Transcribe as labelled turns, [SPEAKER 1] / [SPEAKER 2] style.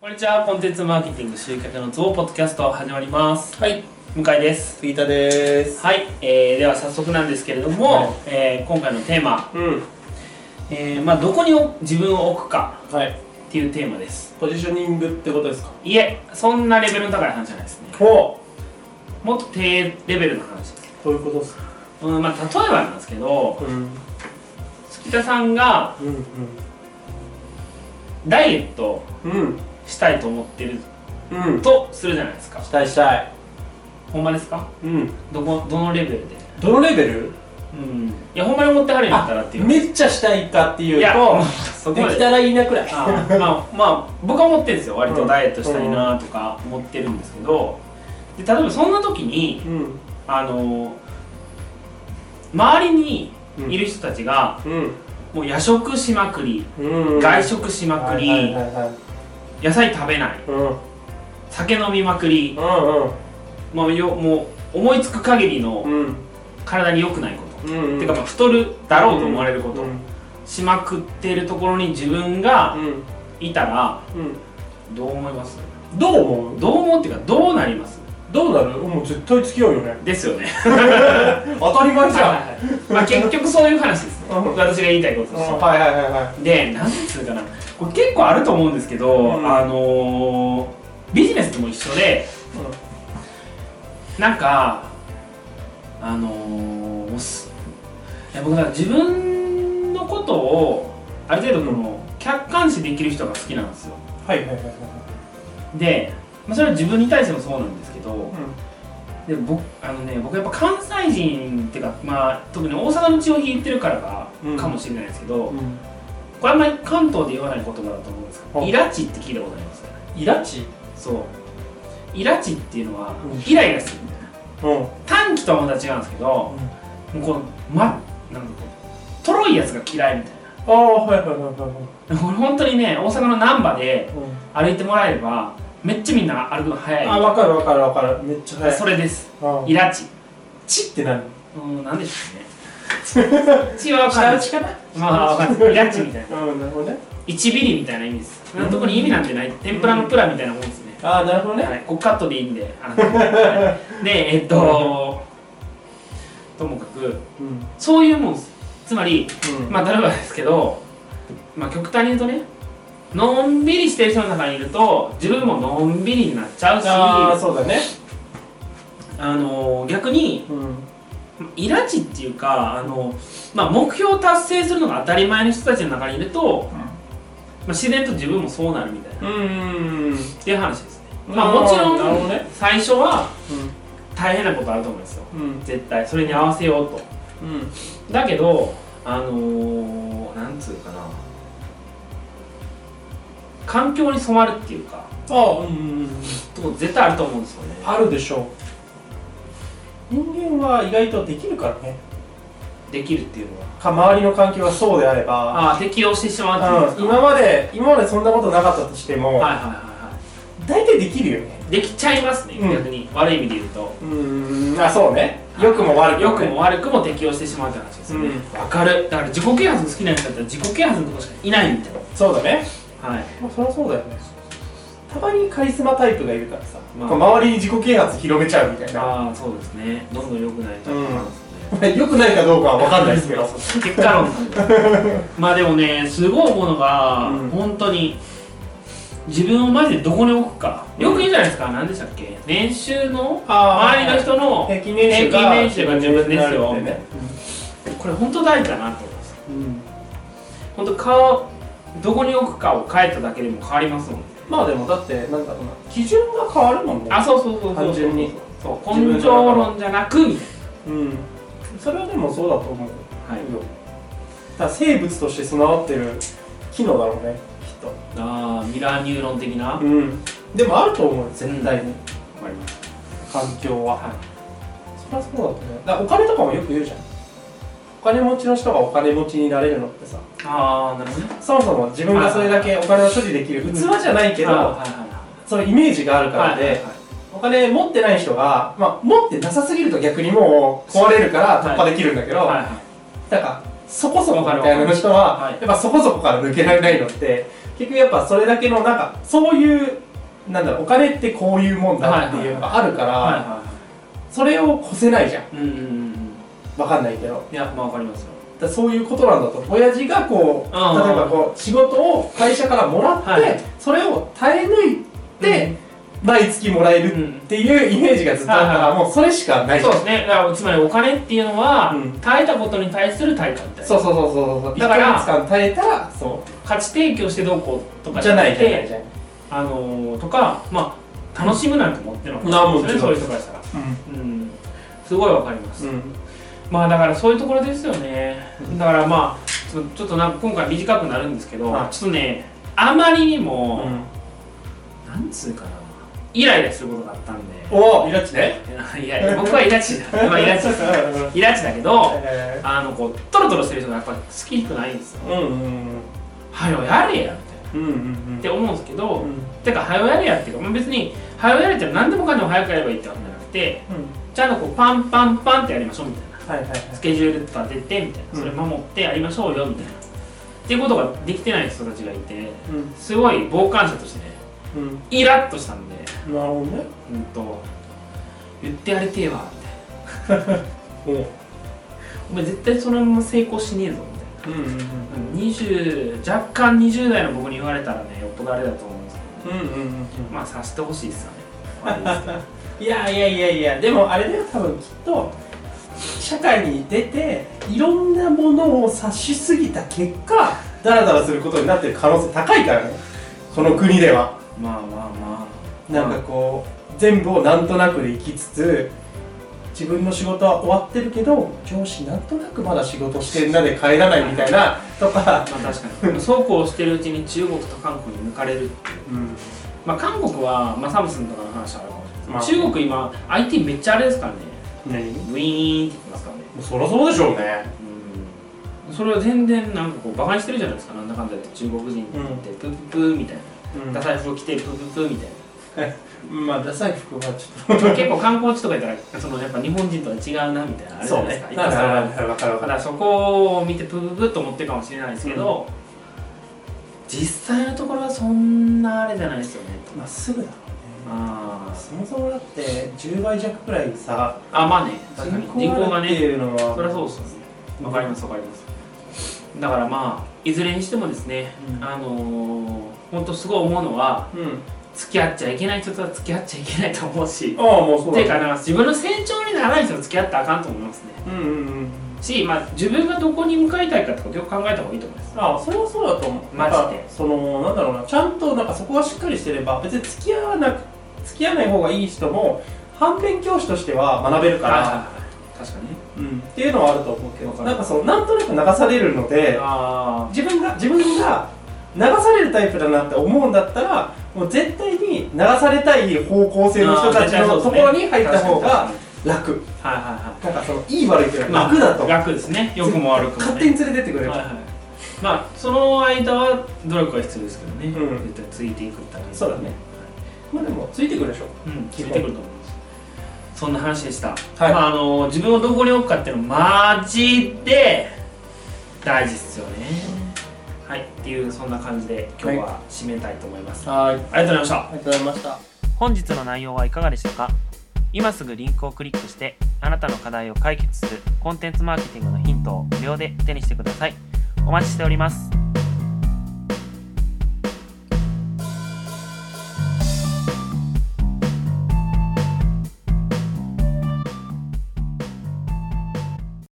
[SPEAKER 1] こんにちは、コンテンツマーケティング集客のツボポッドキャスト始まります。
[SPEAKER 2] はい、
[SPEAKER 1] 向井です。
[SPEAKER 2] 杉田です。
[SPEAKER 1] はい、えー、では早速なんですけれども、
[SPEAKER 2] はい
[SPEAKER 1] えー今回のテーマ、
[SPEAKER 2] うん、
[SPEAKER 1] えーまあ、どこにお自分を置くか
[SPEAKER 2] はい、
[SPEAKER 1] っていうテーマです。
[SPEAKER 2] ポジショニングってことですか。
[SPEAKER 1] いえ、そんなレベルの高い話じゃないですね。
[SPEAKER 2] ほ
[SPEAKER 1] もっと低レベルの話です。
[SPEAKER 2] う、どういうことですか。
[SPEAKER 1] うんまあ、例えばなんですけど、
[SPEAKER 2] うん、うん、
[SPEAKER 1] 月田さんがダイエット
[SPEAKER 2] うん、
[SPEAKER 1] したいと思ってる
[SPEAKER 2] うん、うん、
[SPEAKER 1] とするじゃないですか。
[SPEAKER 2] 期待したい。
[SPEAKER 1] ほんまですか
[SPEAKER 2] うん、
[SPEAKER 1] どこ、どのレベルで
[SPEAKER 2] どのレベル。
[SPEAKER 1] うん。いや、ほんまに思ってはるんやったらっていう。
[SPEAKER 2] めっちゃしたいかってい
[SPEAKER 1] いうや、
[SPEAKER 2] と。
[SPEAKER 1] そこ
[SPEAKER 2] で
[SPEAKER 1] まで
[SPEAKER 2] き。たらいいなくらい。
[SPEAKER 1] あーまあ、まあ、僕は思ってるんですよ割とダイエットしたいなとか思ってるんですけどで例えばそんな時に
[SPEAKER 2] うん、
[SPEAKER 1] あのー周りにいる人たちが、
[SPEAKER 2] うん、
[SPEAKER 1] もう夜食しまくり
[SPEAKER 2] うん、
[SPEAKER 1] 外食しまくり、
[SPEAKER 2] はいはいはいはい
[SPEAKER 1] 野菜食べない
[SPEAKER 2] うん、
[SPEAKER 1] 酒飲みまくり、まあ、よもう思いつく限りの
[SPEAKER 2] うん、うん、
[SPEAKER 1] 体に良くないこ
[SPEAKER 2] うん、
[SPEAKER 1] と、
[SPEAKER 2] うん、
[SPEAKER 1] てかまあ太るだろうと思われること、
[SPEAKER 2] うん、
[SPEAKER 1] しまくってるところに自分が
[SPEAKER 2] うん、
[SPEAKER 1] いたら
[SPEAKER 2] うん。
[SPEAKER 1] どう思います
[SPEAKER 2] どう思う。
[SPEAKER 1] どう思うっていうかどうなります
[SPEAKER 2] どうなる、もう絶対付き合うよね。
[SPEAKER 1] ですよね
[SPEAKER 2] 当たり前じゃん。
[SPEAKER 1] はいはいはいまあ結局そういう話ですね
[SPEAKER 2] うん
[SPEAKER 1] 私が言いたいこと
[SPEAKER 2] うん
[SPEAKER 1] として
[SPEAKER 2] はいはいはいはい。
[SPEAKER 1] で何つうかなこれ結構あると思うんですけど、
[SPEAKER 2] うん
[SPEAKER 1] あのービジネスとも一緒でなんかあのーもうすいや僕なんか自分のことをある程度この客観視できる人が好きなんですよ
[SPEAKER 2] はいはいはいはい。
[SPEAKER 1] で、まあ、それは自分に対してもそうなんですけど
[SPEAKER 2] うん。
[SPEAKER 1] で僕あのね僕やっぱ関西人っていうか、まあ、特に大阪の血を引いてるからか,、
[SPEAKER 2] うん
[SPEAKER 1] かもしれないですけど、
[SPEAKER 2] うん
[SPEAKER 1] これあんまり関東で言わない言葉だと思うんですけど
[SPEAKER 2] あ
[SPEAKER 1] イラチって聞いたことありますか
[SPEAKER 2] イラチ
[SPEAKER 1] そうイラチっていうのは
[SPEAKER 2] うん
[SPEAKER 1] イライラするみたいな
[SPEAKER 2] うん
[SPEAKER 1] 短期とはまた違うんですけどもうこのまなんかこうとろいやつが嫌いみたい
[SPEAKER 2] ああはいはいはいはい
[SPEAKER 1] なこれ本当にね大阪の難波で
[SPEAKER 2] はい、
[SPEAKER 1] 歩いてもらえればめっちゃみんな歩くの
[SPEAKER 2] あ
[SPEAKER 1] 早い
[SPEAKER 2] 分かる分かる分かるめっちゃ速い
[SPEAKER 1] それです
[SPEAKER 2] あ
[SPEAKER 1] イラチ
[SPEAKER 2] チって何
[SPEAKER 1] うんなんでしょうね血は分かる
[SPEAKER 2] かな
[SPEAKER 1] まあ分かんないイラチみたいな
[SPEAKER 2] うんなるほどね
[SPEAKER 1] 1ビリみたいな意味です
[SPEAKER 2] うん
[SPEAKER 1] 特に意味なんてない天ぷらのプラみたいなもんですね
[SPEAKER 2] ああなるほどね
[SPEAKER 1] はい、ここカットでいいんで。あのはいで、えっと、ともかく、
[SPEAKER 2] うんうん
[SPEAKER 1] そういうもんです。つまり、まあ、例えばですけど、まあ、極端に言うとね、のんびりしてる人の中にいると、自分ものんびりになっちゃうし、
[SPEAKER 2] ああ
[SPEAKER 1] あ
[SPEAKER 2] そうだね
[SPEAKER 1] の逆に、
[SPEAKER 2] うん
[SPEAKER 1] イラチっていうか、あのまあ、目標を達成するのが当たり前の人たちの中にいると、まあ、自然と自分もそうなるみたいな、
[SPEAKER 2] うん
[SPEAKER 1] っていう話ですね。まあ、もちろ
[SPEAKER 2] なるほ
[SPEAKER 1] ん、
[SPEAKER 2] どね
[SPEAKER 1] 最初は大変なことあると思うんですよ。
[SPEAKER 2] うんうん
[SPEAKER 1] 絶対それに合わせようと
[SPEAKER 2] うん
[SPEAKER 1] だけどあのー、なんつうかな環境に染まるっていうか
[SPEAKER 2] ああうん
[SPEAKER 1] とこ絶対あると思うんですよね
[SPEAKER 2] あるでしょう人間は意外とできるからね
[SPEAKER 1] できるっていうのは
[SPEAKER 2] か周りの環境がそうであれば
[SPEAKER 1] ああ適応してしまうっていうんです
[SPEAKER 2] う
[SPEAKER 1] か、
[SPEAKER 2] ん
[SPEAKER 1] はい
[SPEAKER 2] 今まで今までそんなことなかったとして
[SPEAKER 1] は
[SPEAKER 2] も
[SPEAKER 1] いはいは
[SPEAKER 2] 大体できるよね
[SPEAKER 1] いできちゃいますね、
[SPEAKER 2] うん
[SPEAKER 1] 逆に悪い意味で言うと
[SPEAKER 2] うんあそうね良くも悪く
[SPEAKER 1] 良
[SPEAKER 2] も
[SPEAKER 1] く
[SPEAKER 2] ね
[SPEAKER 1] も悪くも適応してしまうって話ですよね
[SPEAKER 2] う
[SPEAKER 1] わ、かるだから自己啓発好きな人だったら自己啓発のとこしかいないみたい
[SPEAKER 2] そうだね
[SPEAKER 1] なはい
[SPEAKER 2] まあそりゃそうだよねたまにカリスマタイプがいるからさ、
[SPEAKER 1] まあ
[SPEAKER 2] こう周りに自己啓発広めちゃうみたいな
[SPEAKER 1] ああそうですねどんどん良くなりたいなんですよね、
[SPEAKER 2] よくないかどうかは分かんないですけど
[SPEAKER 1] 結果論なんで まあでもねすごい思うのが、
[SPEAKER 2] うん
[SPEAKER 1] 本当に自分をマジでどこに置くかよく言うじゃないですか何でしたっけ年収の
[SPEAKER 2] あー
[SPEAKER 1] 周りの人の
[SPEAKER 2] 平均年収が
[SPEAKER 1] 平均年収が自分ですよ
[SPEAKER 2] ね、
[SPEAKER 1] これ本当大事だなと思います本当顔どこに置くかを変えただけでも変わりますもんね
[SPEAKER 2] まあでもだってなんだろうな基準が変わるもんね
[SPEAKER 1] あそうそうそうそう
[SPEAKER 2] 単純に
[SPEAKER 1] そう根性論じゃなくみたい
[SPEAKER 2] うんそれはでもそうだと思うよ
[SPEAKER 1] なはい
[SPEAKER 2] だから生物として備わってる機能だろうねきっと
[SPEAKER 1] ああミラーニューロン的なわ
[SPEAKER 2] うんでもあると思うよ絶対に、
[SPEAKER 1] かります
[SPEAKER 2] 環境は
[SPEAKER 1] は
[SPEAKER 2] そりゃそうだと思うだからお金とかもよく言うじゃんお金持ちの人がお金持ちになれるのってさ
[SPEAKER 1] いああなるほどね
[SPEAKER 2] そもそも自分がそれだけお金を所持できる器じゃないけ
[SPEAKER 1] あ
[SPEAKER 2] ど
[SPEAKER 1] ー
[SPEAKER 2] そのイメージがあるか
[SPEAKER 1] はい
[SPEAKER 2] ら
[SPEAKER 1] はいはい
[SPEAKER 2] でお金持ってない人が、まあ、持ってなさすぎると逆にもう壊れるから突破できるんだけ
[SPEAKER 1] はい
[SPEAKER 2] ど
[SPEAKER 1] はいは
[SPEAKER 2] ないんかそこそこみたいな人
[SPEAKER 1] わかるわか
[SPEAKER 2] は
[SPEAKER 1] る
[SPEAKER 2] やっぱそこそこから抜けられないのって結局やっぱそれだけのなんかそういうなんだろうお金ってこういうもんだっていうのがあるから、
[SPEAKER 1] はいは
[SPEAKER 2] それを越せないじゃん
[SPEAKER 1] いはいうんうんうん
[SPEAKER 2] わかんないけどだか
[SPEAKER 1] いやまあわかりますよ
[SPEAKER 2] らそういうことなんだと親父がこう例え
[SPEAKER 1] あー
[SPEAKER 2] ばこう仕事を会社からもらって、
[SPEAKER 1] はい
[SPEAKER 2] それを耐え抜いて、毎月もらえるっていうイメージがずっとあったか
[SPEAKER 1] はい
[SPEAKER 2] らもうそれしかないじ
[SPEAKER 1] そ
[SPEAKER 2] ゃ
[SPEAKER 1] うんですねだからつまりお金っていうのは、
[SPEAKER 2] うん
[SPEAKER 1] 耐えたことに対する対価みたいな
[SPEAKER 2] そうそうそうそうそう
[SPEAKER 1] だから
[SPEAKER 2] 1ヶ月間耐えたらそ
[SPEAKER 1] 価値提供してどうこうと
[SPEAKER 2] う
[SPEAKER 1] か
[SPEAKER 2] じゃない
[SPEAKER 1] く
[SPEAKER 2] じゃない
[SPEAKER 1] て
[SPEAKER 2] じゃん
[SPEAKER 1] あのーとかまあ楽しむなんて持ってのほ
[SPEAKER 2] なあ
[SPEAKER 1] か
[SPEAKER 2] も
[SPEAKER 1] です
[SPEAKER 2] ちろ
[SPEAKER 1] ねそうい
[SPEAKER 2] ん
[SPEAKER 1] う人からしたらうんすごいわかります、
[SPEAKER 2] うん
[SPEAKER 1] まあだからそういうところですよねだからまあちょちょっとなんか今回短くなるんですけど、
[SPEAKER 2] はい
[SPEAKER 1] ちょっとねあまりに
[SPEAKER 2] う
[SPEAKER 1] も、
[SPEAKER 2] ん
[SPEAKER 1] なんつうかなイライラすることがあったんで
[SPEAKER 2] おおイラチね
[SPEAKER 1] いやいや僕はイラチ だ、まあ、イラチですイラチだけどあのこうトロトロしてる人がやっぱ好きくないんですよ
[SPEAKER 2] うんうんうん
[SPEAKER 1] はよやれやみたいな
[SPEAKER 2] うんうん
[SPEAKER 1] って思うんですけど、
[SPEAKER 2] うん
[SPEAKER 1] てかはよやれやっていうか、まあ、別にはよやれって何でもかんでも早くやればいいってわけじゃなくてちゃんとこうパンパンパンってやりましょうみたいな
[SPEAKER 2] はいはいはい
[SPEAKER 1] スケジュールとか出てみたいなそれ守ってやりましょうよみたいな、っていうことができてない人たちがいて
[SPEAKER 2] うん
[SPEAKER 1] すごい傍観者としてね
[SPEAKER 2] うん
[SPEAKER 1] イラッとしたんで
[SPEAKER 2] なるほどね
[SPEAKER 1] うんと言ってやりてえわみたいな
[SPEAKER 2] おう
[SPEAKER 1] お前絶対そのまま成功しねえぞみたいな
[SPEAKER 2] うんうん
[SPEAKER 1] 20若干20代の僕に言われたらねよっぽどあれだと思うんですけど、ね、
[SPEAKER 2] うんうんうんうん
[SPEAKER 1] まあ察してほしいですよね悪いです けど
[SPEAKER 2] いやいやいやいやでもあれだよ多分きっと社会に出ていろんなものを察しすぎた結果ダラダラすることになってる可能性高いからねこの国では
[SPEAKER 1] まあまあまあ
[SPEAKER 2] なんかこう全部をなんとなくで生きつつ自分の仕事は終わってるけど上司なんとなくまだ仕事してんなで帰らないみたいなとか、
[SPEAKER 1] まあ確かにそうこうしてるうちに中国と韓国に抜かれるっていう
[SPEAKER 2] うん、
[SPEAKER 1] まあ韓国は、まあ、サムスンとかの話はあるかもしれない、
[SPEAKER 2] まあ
[SPEAKER 1] 中国今 IT めっちゃあれですからね
[SPEAKER 2] 何
[SPEAKER 1] ウ
[SPEAKER 2] も
[SPEAKER 1] ィーンってきますからね
[SPEAKER 2] うそろそろでしょうね
[SPEAKER 1] うんそれは全然なんかこうバカにしてるじゃないですかなんだかんだで中国人ってプープーみたいな、ダサい服着てプープープーみたいな
[SPEAKER 2] うん、まあダサい服はちょっと
[SPEAKER 1] 結構観光地とか行ったらそのやっぱ日本人とは違うなみたいなあれじゃないですか
[SPEAKER 2] だから
[SPEAKER 1] だ
[SPEAKER 2] 分かる
[SPEAKER 1] か
[SPEAKER 2] 分かる
[SPEAKER 1] らそこを見てプープープーと思ってるかもしれないですけど、実際のところはそんなあれじゃないですよねと
[SPEAKER 2] まっすぐだろうね
[SPEAKER 1] あ
[SPEAKER 2] そもそもだって10倍弱くらいさ
[SPEAKER 1] ーあまあね確か
[SPEAKER 2] 人
[SPEAKER 1] に
[SPEAKER 2] 口
[SPEAKER 1] 人口
[SPEAKER 2] が
[SPEAKER 1] が
[SPEAKER 2] あるって
[SPEAKER 1] ね
[SPEAKER 2] いうのは
[SPEAKER 1] そりゃそうですよねわかりますわかりますだからまあいずれにしてもですね、
[SPEAKER 2] うん
[SPEAKER 1] あのー、本当すごい思うのは
[SPEAKER 2] うん
[SPEAKER 1] 付き合っちゃいけない人とは付き合っちゃいけないと思うし
[SPEAKER 2] ああもうそう
[SPEAKER 1] っていう
[SPEAKER 2] だ
[SPEAKER 1] かなんか自分の成長にならない人と付き合ったらあかんと思いますね
[SPEAKER 2] うんうんうん
[SPEAKER 1] し、まあ、自分がどこに向かいたいかってことをよく考えた方がいいと思います。
[SPEAKER 2] ああそれはそうだと思う
[SPEAKER 1] マジで
[SPEAKER 2] なんかそのなんだろうなちゃんとなんかそこがしっかりしてれば別に付き合わなく付き合わない方がいい人も反面教師としては学べるから、
[SPEAKER 1] 確かに。
[SPEAKER 2] うん、っていうのはあると思うけど
[SPEAKER 1] わかる
[SPEAKER 2] なんかそのなんとなく流されるので
[SPEAKER 1] あ
[SPEAKER 2] 自分が自分が流されるタイプだなって思うんだったらもう絶対に流されたい方向性の人たちのところに入った方が
[SPEAKER 1] はい
[SPEAKER 2] 楽
[SPEAKER 1] はいは
[SPEAKER 2] なんかそのいい悪いという
[SPEAKER 1] い。
[SPEAKER 2] か楽だと
[SPEAKER 1] 楽ですね。良くも悪くも、ね。
[SPEAKER 2] 勝手に連れてってくれる
[SPEAKER 1] はいはい。まあ、その間は努力が必要ですけどね。
[SPEAKER 2] う
[SPEAKER 1] 絶
[SPEAKER 2] ん
[SPEAKER 1] 対ついていくって感じ
[SPEAKER 2] そうだねまあでもついてくるでしょ
[SPEAKER 1] うん、ついてくると思います。そんな話でした。
[SPEAKER 2] はい
[SPEAKER 1] まあ、あの、自分をどこに置くかっていうの、マジで。大事ですよね。はい、っていう、そんな感じで、今日は締めたいと思います。
[SPEAKER 2] は
[SPEAKER 1] あ
[SPEAKER 2] い
[SPEAKER 1] りがとうございました。
[SPEAKER 2] ありがとうございました
[SPEAKER 1] 本日の内容はいかがでしたか今すぐリンクをクリックしてあなたの課題を解決するコンテンツマーケティングのヒントを無料で手にしてくださいお待ちしております